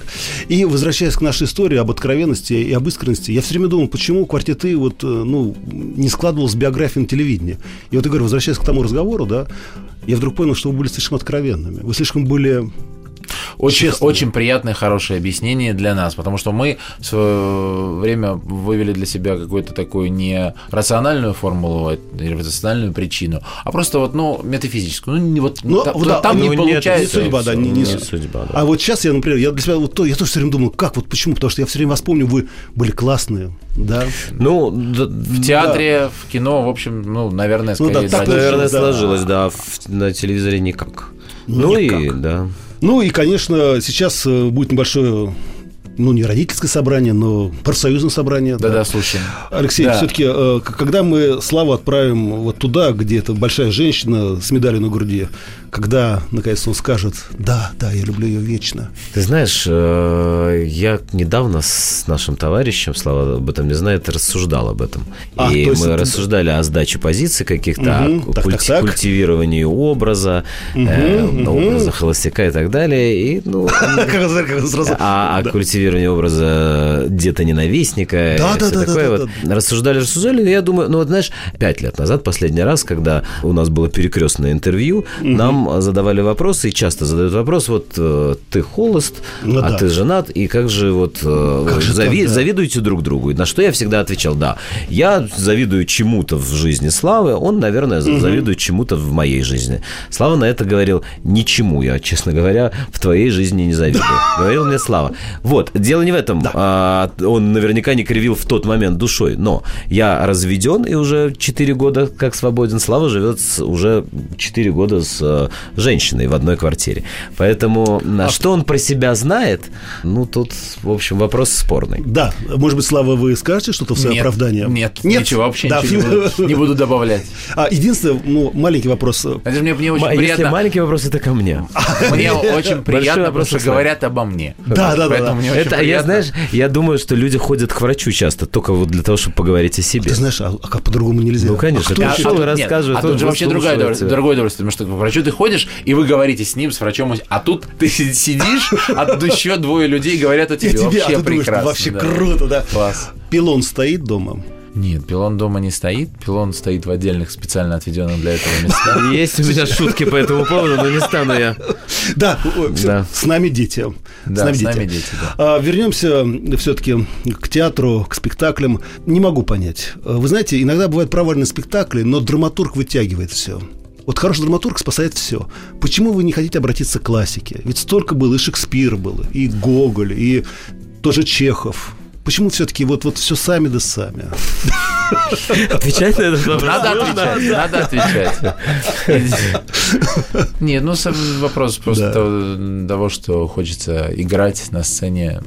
И возвращаясь к нашей истории об откровенности и об искренности, я все время думал, почему «Квартет И» вот, э, ну, не складывалась биография на телевидении. И вот я говорю, возвращаясь к тому разговору, да, я вдруг понял, что вы были слишком откровенными. Вы слишком были... Очень, Честно. очень приятное, хорошее объяснение для нас, потому что мы в свое время вывели для себя какую-то такую не рациональную формулу э, или рациональную причину, а просто вот, ну, метафизическую. Ну, не вот Ну, та- да, там ну, не нет, получается. не судьба, и да, всё. не- не Да. су- Судьба, да. А вот сейчас я, например, я для себя вот то, я тоже все время думал, как, вот почему, потому что я все время вас помню, вы были классные, да. Ну, да, В театре, в кино, в общем, ну, наверное, Ну да, скорее за- так, Наверное, Да. сложилось, ну да. В- на телевизоре никак. Ну и да. Ну и, конечно, сейчас э, будет небольшое, ну, не родительское собрание, но профсоюзное собрание. Да-да, слушай. Алексей, Да. все-таки, когда мы Славу отправим вот туда, где эта большая женщина с медалью на груди, когда, наконец, он скажет, да, да, я люблю ее вечно. Ты знаешь, э, я недавно с нашим товарищем, Слава об этом не знает, рассуждал об этом. А, и то есть мы это- рассуждали о сдаче позиций каких-то, о Мгм, так, так, культи- так. культивировании образа, э, образа холостяка и так далее. И, ну, Как он- как он сразу- А, а культивирование образа где-то ненавистника и Да, да, всё да, да, такое да, вот. Рассуждали, рассуждали, и я думаю, ну вот знаешь, пять лет назад, последний раз, когда у нас было перекрестное интервью, нам а, задавали вопросы, и часто задают вопрос, вот э, ты холост, Ну а да. ты женат, и как же вот э, Как же зави- так, да. завидуете друг другу? И на что я всегда отвечал, да, я завидую чему-то в жизни Славы, он, наверное, за- завидует чему-то в моей жизни. Слава на это говорил, ничему я, честно говоря, в твоей жизни не завидую. Говорил мне Слава. Вот, дело не в этом. А, он наверняка не кривил в тот момент душой, но я разведен и уже 4 года как свободен. Слава живет с- уже 4 года с э, женщиной в одной квартире. Поэтому на что он про себя знает, ну тут, в общем, вопрос спорный. Да, может быть, Слава, вы скажете что-то в свое Нет, оправдание? Нет, ничего, вообще Да. ничего не буду, не буду добавлять. А, единственное, ну, маленький вопрос. э, Это же мне, мне очень М- Если приятно. маленький вопрос, это ко мне. Мне очень приятно, вопрос просто к Славе. говорят обо мне. Да, да, да, Поэтому да. мне очень Это, я, приятно. знаешь, я думаю, что люди ходят к врачу часто, только вот для того, чтобы поговорить о себе. Ты знаешь, а а как по-другому нельзя? Ну, конечно, Кто да. еще- что вы тут- нет, рассказываете, а тут он же вообще выслушивает другая удовольствие, тебя. другое удовольствие, потому что к врачу ты ходишь, и вы говорите с ним, с врачом, а тут ты си- сидишь, а еще двое людей говорят о Я тебе. тебе, а Вообще ты думаешь, прекрасно. вообще да. круто, да. Класс. Пилон стоит дома? Нет, пилон дома не стоит, пилон стоит в отдельных специально отведенных для этого местах. Есть у меня шутки по этому поводу, но не стану я. Да, о, всё, Да. с нами дети. Да, с нами дети, да. А, Вернемся все-таки к театру, к спектаклям. Не могу понять. Э, Вы знаете, иногда бывают провальные спектакли, но драматург вытягивает все. Вот хороший драматург спасает все. Почему вы не хотите обратиться к классике? Ведь столько было, и Шекспир был, и Гоголь, и тоже Чехов. Почему все-таки вот, вот все сами да сами? Отвечать на этот вопрос Надо нужно? отвечать, надо отвечать. Нет, ну сам вопрос просто Да. того- того, что хочется играть на сцене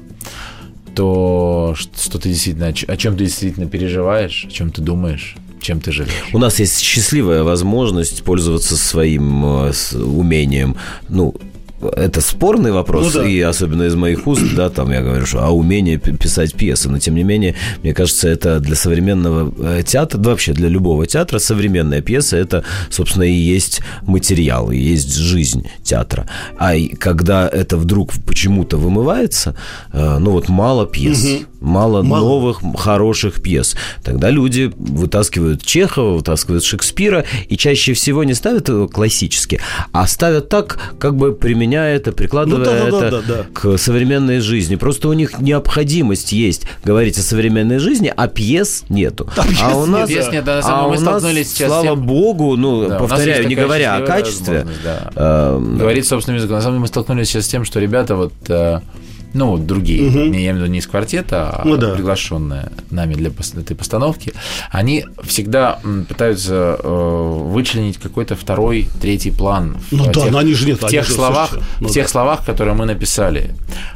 то, что что ты действительно, о чем ты действительно переживаешь, о чем ты думаешь. чем ты жалеешь? У нас есть счастливая возможность пользоваться своим э, с- умением. Ну, это спорный вопрос, Ну да. и особенно из моих уст, да, там я говорю, что а умение пи- писать пьесы, но тем не менее, мне кажется, это для современного э, театра, да вообще для любого театра, современная пьеса, это, собственно, и есть материал, и есть жизнь театра. А и когда это вдруг почему-то вымывается, э, ну вот мало пьес, мало, Мало. новых новых м, хороших пьес. Тогда люди вытаскивают Чехова, вытаскивают Шекспира и чаще всего не ставят его классически, а ставят так, как бы применяя это, прикладывая Ну да, да, да, это да, да. к современной жизни. Просто у них необходимость есть говорить о современной жизни, а пьес нету. а у нас, Пьес нет, да, на самом а деле мы у нас, столкнулись сейчас с слава тем- богу, ну, Да, у нас повторяю, есть не такая говоря о счастливая качестве, возможность, да. эм, Говорит собственным языком. На самом деле мы столкнулись сейчас с тем, что ребята вот, э, ну, вот другие, не, я имею в виду не из квартета, а Ну да. приглашенные нами для пос- этой постановки, они всегда м, пытаются э, вычленить какой-то второй, третий план. в э, Ну да, тех- но они же нет, В они тех же словах, слушайте, ну в тех словах, которые мы написали.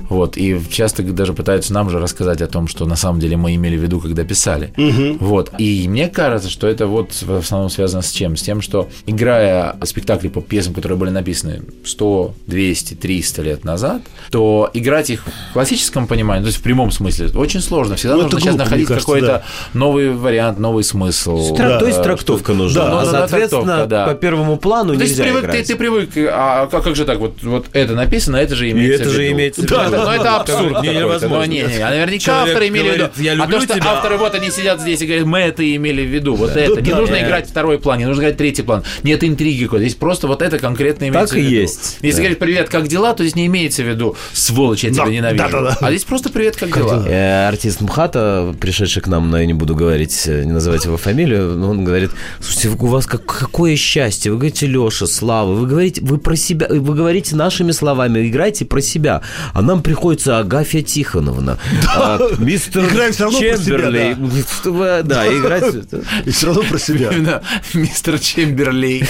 Вот, и часто даже пытаются нам же рассказать о том, что на самом деле мы имели в виду, когда писали. Вот. И мне кажется, что это вот в основном связано с чем? С тем, что играя спектакли по пьесам, которые были написаны 100, 200, 300 лет назад, то играть их в классическом понимании, то есть в прямом смысле, очень сложно. Всегда Ну, это нужно сейчас глупо, мне находить кажется, какой-то новый вариант, новый смысл. трак- То Э, есть что- трактовка нужна, Да, а ну, да, соответственно трактовка, да. по первому плану Ну, То есть нельзя привык- ты, играть. ты привык, а как, как же так, вот, вот это написано, это же И имеется это в же виду. имеется в виду. Да, ну это абсурд Не, какой-то. невозможно. Ну, не, не, а наверняка Человек авторы имели в виду. говорит, «Я а люблю то, что тебя». авторы, вот они сидят здесь и говорят, мы это имели в виду, вот это. Не да. нужно Нет. играть второй план, не нужно играть третий план. Нет интриги какой-то, здесь просто вот это конкретно имеется и в виду. есть, Если да. говорить «привет, как дела», то здесь не имеется в виду «сволочь, я тебя Да, ненавижу». да-да-да. А здесь просто «привет, как дела». Э, Артист МХАТа, пришедший к нам, но я не буду говорить, э, не называть его фамилию, но он говорит, слушайте, у вас как, какое счастье, вы говорите Леша, Слава, вы говорите, вы про себя, э, вы говорите нашими словами, играйте про себя, а нам приходится Агафья Тихоновна, а, мистер Играем всё равно про себя, Чемберлей, да, играть, И все равно про себя. Именно мистер Чемберлей.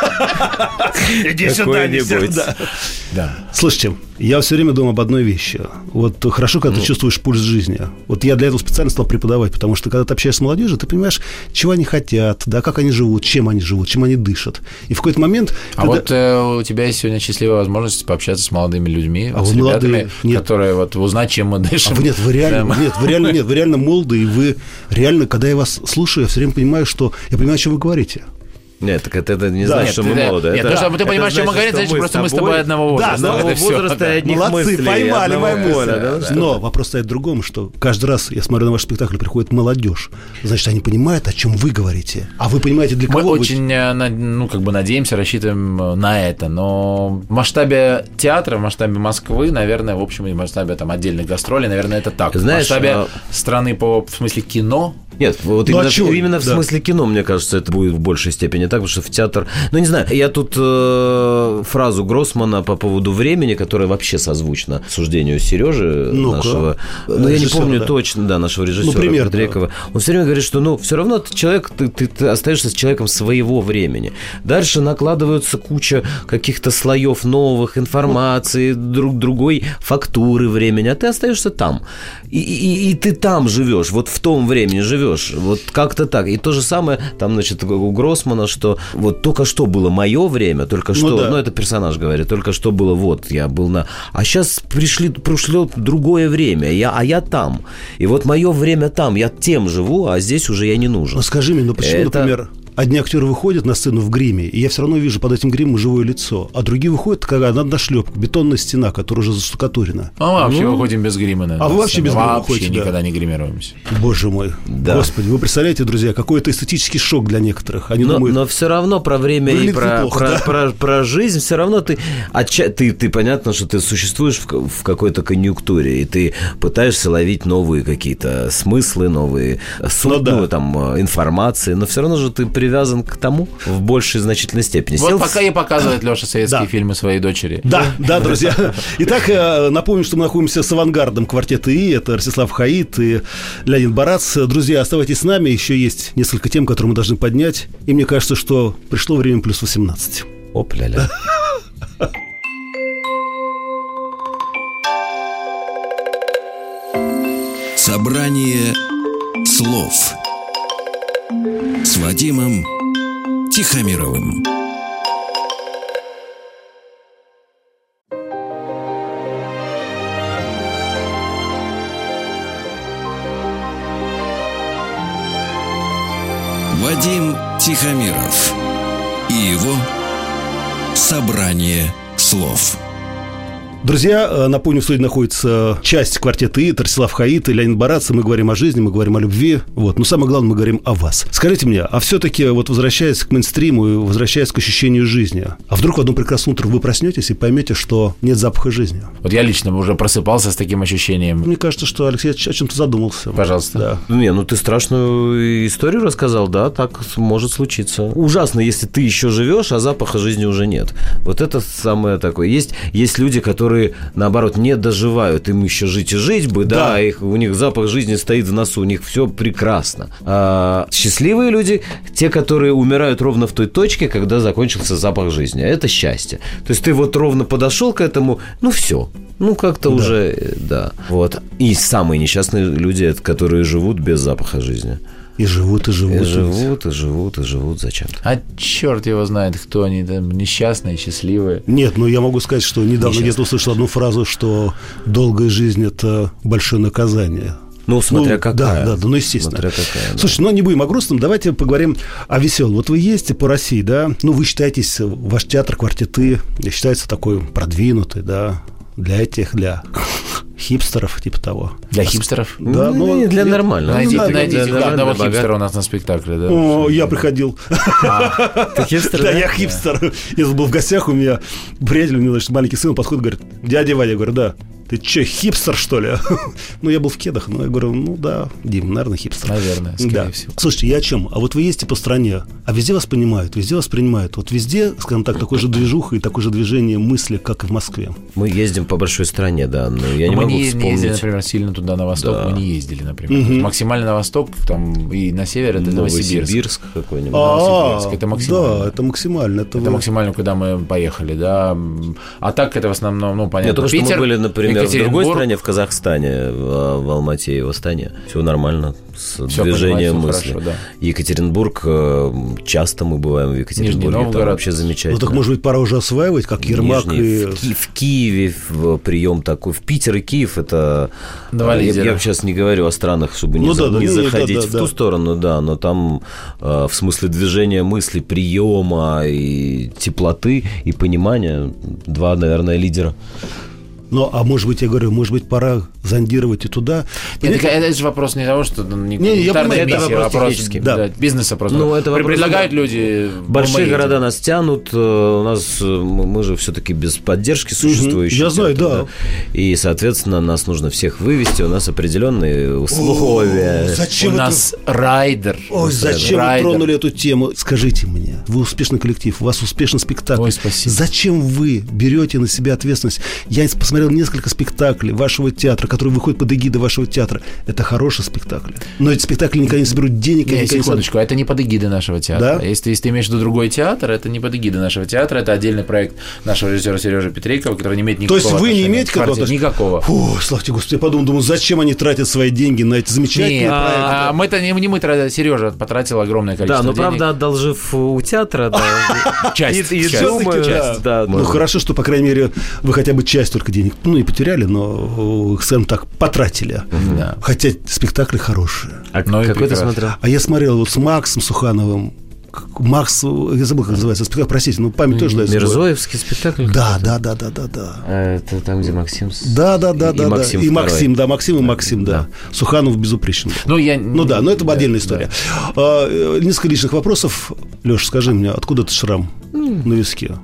Иди какое-нибудь. Да. Слушайте, я все время думаю об одной вещи. Вот хорошо, когда ты чувствуешь пульс жизни. Вот я для этого специально стал преподавать, потому что когда ты общаешься с молодежью, ты понимаешь, чего они хотят, да, как они живут, чем они живут, чем они дышат. И в какой-то момент... А ты да- вот э, у тебя есть сегодня счастливая возможность пообщаться с молодыми людьми, А вот с вы молодые. ребятами, Нет. которые вот узнать, чем мы А дышим. вы нет, вы реально, Прямо. нет, вы реально, нет, вы реально молоды, и вы реально, когда я вас слушаю, я все время понимаю, что я понимаю, о чем вы говорите. Нет, так это, это не Да, значит, Нет, что ты- мы молоды. Нет, это- ну, чтобы ты это понимаешь, чем мы говорим, значит, что значит, просто мы с тобой одного Да, возраста. одного вот и всё. возраста и ну, одних Молодцы, мыслей, поймали одного мою мысль. поля, да, что- Но вопрос стоит в другом, что каждый раз я смотрю на ваш спектакль, приходит молодежь. Значит, они понимают, о чем вы говорите. А вы понимаете, для Мы кого вы- очень, э, на- ну, как бы надеемся, рассчитываем э, на это, но в масштабе театра, в масштабе Москвы, наверное, в общем, и в масштабе там отдельных гастролей, наверное, это так. Знаешь, в масштабе а- страны по, в смысле, кино, Нет, вот Ну, а именно, чего? в, именно в Да. смысле кино, мне кажется, это будет в большей степени так, потому что в театр... Ну, не знаю, я тут э, фразу Гроссмана по поводу времени, которая вообще созвучна суждению Сережи Ну-ка. нашего... Ну, я не Режиссера, помню да. Ну, точно, да, нашего режиссера примерно. Кудрякова. Он все время говорит, что, ну, все равно ты человек, ты, ты- ты остаешься с человеком своего времени. Дальше накладываются куча каких-то слоев новых информации, друг другой фактуры времени, а ты остаешься там. И, и- и ты там живешь, вот в том времени живешь, вот как-то так. И то же самое там, значит, у Гроссмана, что вот только что было мое время, только что, ну, да. это персонаж говорит, только что было вот, я был на... А сейчас пришли, пришло другое время, я, а я там. И вот мое время там, я тем живу, а здесь уже я не нужен. Ну, скажи мне, ну почему, Это- например, одни актеры выходят на сцену в гриме, и я все равно вижу под этим гримом живое лицо, а другие выходят, как одна дошлепка, бетонная стена, которая уже заштукатурена. а мы вообще выходим без грима. на а вы вообще сцену. без грима Вообще выходите, да. никогда не гримируемся. Боже мой. Да. Господи, вы представляете, друзья, какой это эстетический шок для некоторых. Они Но, думают, все равно про время и Выглядит про, неплохо, про, да. про- про жизнь все равно ты, отча- ты ты понятно, что ты существуешь в, ка- в какой-то конъюнктуре и ты пытаешься ловить новые какие-то смыслы, новые су- Ну да. ну, там э, информации, но все равно же ты привязан к тому в большей значительной степени. Вот Сел в- пока и показывает Леша советские Да. фильмы своей дочери. Да, да, друзья. Итак, э, напомню, что мы находимся с авангардом квартета И. Это Ростислав Хаид и Леонид Барац. Друзья, оставайтесь с нами. Еще есть несколько тем, которые мы должны поднять. И мне кажется, что пришло время плюс 18. Оп-ля-ля. Собрание слов с Вадимом Тихомировым. Вадим Тихомиров и его собрание слов. Друзья, э, напомню, в студии находится часть квартета «И», Тарсилав Хаит и Леонид Бараца. Мы говорим о жизни, мы говорим о любви. Вот. Но самое главное, мы говорим о вас. Скажите мне, а все-таки, вот возвращаясь к мейнстриму и возвращаясь к ощущению жизни, а вдруг в одно прекрасное утро вы проснетесь и поймете, что нет запаха жизни? Вот я лично уже просыпался с таким ощущением. Мне кажется, что Алексей Ильич о чем-то задумался. Пожалуйста. Да. Ну, Не, ну ты страшную историю рассказал, да, так с- может случиться. Ужасно, если ты еще живешь, а запаха жизни уже нет. Вот это самое такое. Есть, есть люди, которые, наоборот, не доживают, им еще жить и жить бы, да, Да. их, у них запах жизни стоит в носу, у них все прекрасно. А счастливые люди, те, которые умирают ровно в той точке, когда закончился запах жизни. А Это счастье. То есть ты вот ровно подошел к этому, ну все. Ну, как-то уже, э, да. Вот. И самые несчастные люди, это которые живут без запаха жизни. И живут, и И живут. живут, и живут, и живут зачем-то. А черт его знает, кто они там, несчастные, счастливые. Нет, ну я могу сказать, что недавно где-то услышал одну фразу, что долгая жизнь – это большое наказание. Ну, смотря Ну, какая. Да, да, да, ну, естественно. Смотря какая, да. Слушай, ну, не будем о грустном, давайте поговорим о веселом. Вот вы ездите по России, да, ну, вы считаетесь, э, ваш театр «Квартеты» считается такой продвинутый, да, для этих, для хипстеров, типа того. Для хипстеров? Да, ну, ну, не для нет. нормального. Найдите, Для найдите нормального, одного богатого. хипстера у нас на спектакле, да? О, я приходил. Ты хипстер, Да, да? я хипстер. Я был в гостях, у меня приятель, у меня, значит, маленький сын, он подходит, говорит, дядя Вадя, я говорю, да, ты че, хипстер, что ли? Ну, я был в кедах, но я говорю, ну да, Дим, наверное, хипстер. Наверное, скорее Да. всего. Слушайте, я о чем? А вот вы ездите по стране, а везде вас понимают, везде вас принимают. Вот везде, скажем так, такой же движуха и такое же движение мысли, как и в Москве. Мы ездим по большой стране, да, но я не мы могу не, е- не ездили, вспомнить. например, сильно туда на восток, Да. мы не ездили, например. То есть Максимально на восток там, и на север это Новосибирск. Новосибирск какой-нибудь. Новосибирск, А, это максимально. Да, это максимально. Это Это вы- максимально, куда мы поехали, да. А так это в основном, ну, понятно, Нет, только что Питер, мы были, например, в другой Екатеринбург. стране, в Казахстане, в, в Алмате и в Астане. Все нормально с Всё движением понимаю, всё мысли. хорошо, Екатеринбург, э, часто мы бываем в Екатеринбурге, там Новгород. вообще замечательно. Ну так, может быть, пора уже осваивать, как Ермак Нижний, и... в, Ки- в Киеве в прием такой. В Питер и Киев это... э, Два я, лидера. я сейчас не говорю о странах, чтобы не, Ну за- да, да, не ну да, заходить да, в да. ту сторону, да, но там э, в смысле движения мысли, приема и теплоты и понимания два, наверное, лидера. Ну, а может быть, я говорю, может быть, пора зондировать и туда. Нет, Понимаете, так это же вопрос не того, что там, не Не, я гуманитарная понимаю, это миссия, вопрос технический. Да. да, бизнеса просто. Ну, это вопрос, Предлагают люди... мы Большие едем. города нас тянут, э, у нас э, мы мы же все-таки без поддержки существующей. Я знаю, театра, да. И, соответственно, нас нужно всех вывести, у нас определенные условия. Зачем У это- нас райдер. Ой, зачем Райдер. вы тронули эту тему? Скажите мне, вы успешный коллектив, у вас успешный спектакль. Ой, спасибо. Зачем вы берете на себя ответственность? Я посмотрел несколько спектаклей вашего театра, которые выходят под эгидой вашего театра. Это хорошие спектакли. Но эти спектакли никогда не соберут денег. и Не, никогда не секундочку, это не под эгидой нашего театра. Да? Если, если ты имеешь в виду другой театр, это не под эгидой нашего театра, это отдельный проект нашего режиссера Сережи Петрейкова, который не имеет То никакого есть вы не отношения имеете к квартете. какого-то... Никакого. Фу, слава тебе, Господи, я подумал, думаю, зачем они тратят свои деньги на эти замечательные Не, проекты? а, а мы-то не, не мы тратили, Сережа потратил огромное Да, количество но денег. правда, одолжив у театра, да, Часть, и- и часть. думаю, Всё-таки, часть, да, ну, может. хорошо, что, по крайней мере, вы хотя бы часть только денег, ну, не потеряли, но, э, скажем так, потратили. Да. Хотя спектакли хорошие. А Ну и какой ты прекрасно. смотрел? А я смотрел вот с Максом Сухановым, как- Макс, э, я забыл, как называется спектакль, простите, ну, память тоже, да, изгоя. Мирзоевский спектакль? Да, да, да, да, да, да. А, Это там, где Максим... с- Да, да, да, и да, да. Максим И второй. Максим, да, Максим и Максим, да. Суханов безупречен. был. Ну, я... Ну да, но это отдельная история. А, э, Несколько личных вопросов. Леша, скажи мне, откуда ты шрам на виске?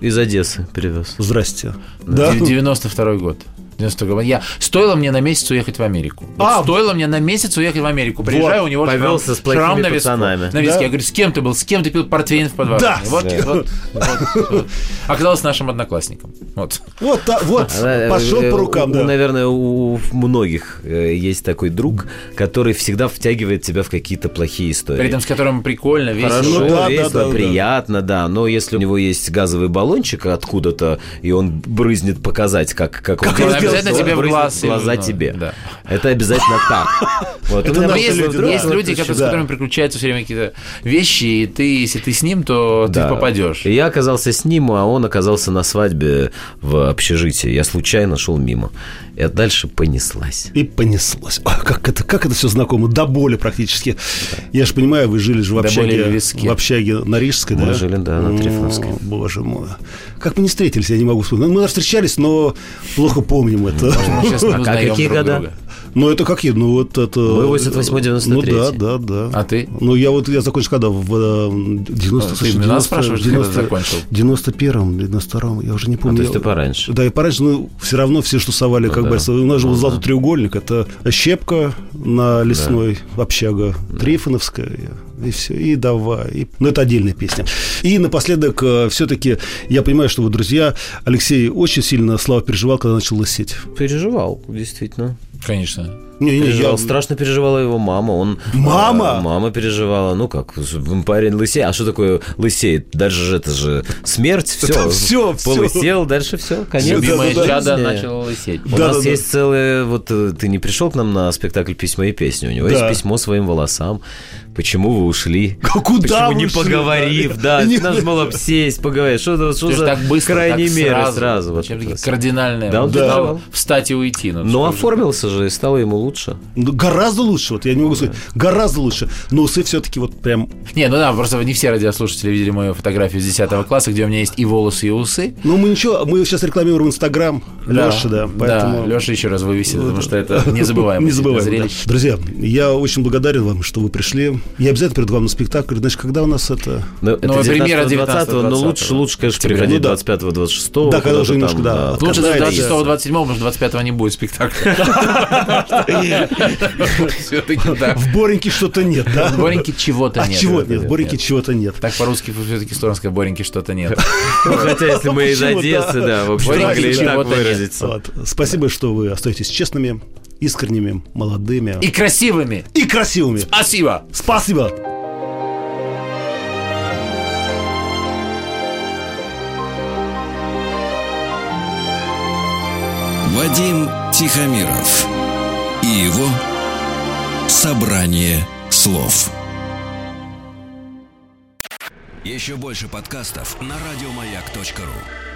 Из Одессы перевез. Здрасте. Дев- 92 год. 92 год. Я... Стоило мне на месяц уехать в Америку. Вот А, стоило мне на месяц уехать в Америку. Приезжаю, у него Повелся с шрам, шрам плохими на виске. пацанами. На виске. Да. Я говорю, с кем ты был? С кем ты пил портвейн в подвале? Да. Вот, Да. вот, вот, вот. Оказалось нашим одноклассником. Вот. Вот, та- вот, Она, э, пошел э, по у- рукам, у- да. Наверное, у многих э, есть такой друг, который всегда втягивает тебя в какие-то плохие истории. При этом с которым прикольно, весело. Хорошо, Ну да, весело, да, да, да. приятно, да. Но если у него есть газовый баллончик откуда-то, и он брызнет показать, как, как, он он делает, обязательно он тебе в брызнет глаз в глаза или в нос. тебе. Да. Это обязательно так. Вот, Это у наши меня просто есть, люди, да. есть люди, которые, с Да. которыми приключаются все время какие-то вещи, и ты, если ты с ним, то Да. ты попадешь. И Я оказался с ним, а он оказался на свадьбе в общежитии. Я случайно шел мимо. И дальше понеслась. И понеслось. А, как, это, как это все знакомо? До боли практически. Я же понимаю, вы жили же в До боли в общаге, виске. в общаге на Рижской, Мы да? жили, да, на О, Трифоновской. боже мой. Как мы не встретились, я не могу вспомнить. Ну, Мы даже встречались, но плохо помним это. Мы сейчас не А узнаем какие друг года? друга. Ну, это как я, ну, вот это... Мы 88, 93. Ну, да, да, да. А ты? Ну, я вот, я закончил когда? В э, А, 90... Ты меня спрашиваешь, когда ты закончил? 91-м, 92-м, я уже не А, помню. то есть Я- ты пораньше. Да, и пораньше, ну, все равно все же тусовали, как да. бы, у нас же был Ну, золотой да. треугольник, это щепка на лесной, общага Трифоновская, и все, и давай. И... Но это отдельная песня. И напоследок, все-таки, я понимаю, что вы, друзья, Алексей очень сильно, Слава, переживал, когда начал лысеть. Переживал, действительно. Конечно. Не, не, Переживал. Страшно переживала его мама. Он, Мама? э, мама переживала. Ну как, парень лысей. А что такое лысей? Дальше же это же смерть. Все. Это всё, всё. Полысел, дальше все. Конец. Любимое да, да. чадо Жизни. начало лысеть. У Да, нас да, да. есть целые... Вот э, ты не пришел к нам на спектакль «Письмо и песня». У него Да. есть письмо своим волосам. Почему вы ушли? Куда Почему вы не шли, поговорив? Да, Не- надо было бы сесть, поговорить. Что, за- что Ты ж за так быстро, крайние так меры сразу? вот Зачем такие это. кардинальные? Да, он Вот встал- переживал. Встать и уйти. ну, Но скажи. оформился же, и стало ему лучше. Ну, Гораздо лучше, вот я не могу сказать, гораздо лучше. Но усы все-таки вот прям... Не, ну да, просто не все радиослушатели видели мою фотографию с 10 класса, где у меня есть и волосы, и усы. Ну, мы ничего, мы сейчас рекламируем Инстаграм. Леша, да, поэтому... Да, Леша еще раз вывесит, потому что это незабываемое Не забываем. зрелище. да. Друзья, я очень благодарен вам, что вы пришли. Я обязательно перед вами на спектакль. Значит, когда у нас это? Но Ну, это примерно 19 20 но 19-го. лучше, лучше, конечно, Октября. приходить Ну да. 25-26. Да, когда уже немножко, да, откат- Лучше Когда это 26 27 потому что 25 не будет спектакля. Все-таки да. В Бореньке что-то нет, да? Бореньки чего-то А нет. чего нет? В Бореньке чего-то нет. Так по-русски все-таки сложно сказать, Бореньки что-то нет. Ну, хотя, если мы из Почему, да? Одессы, да, в общем, Бореньки могли и так чего-то нет. выразиться. Вот. Спасибо, что вы остаетесь честными, искренними, молодыми И красивыми. и красивыми. Спасибо. Спасибо! Вадим Тихомиров и его собрание слов. Еще больше подкастов на радиомаяк.ру.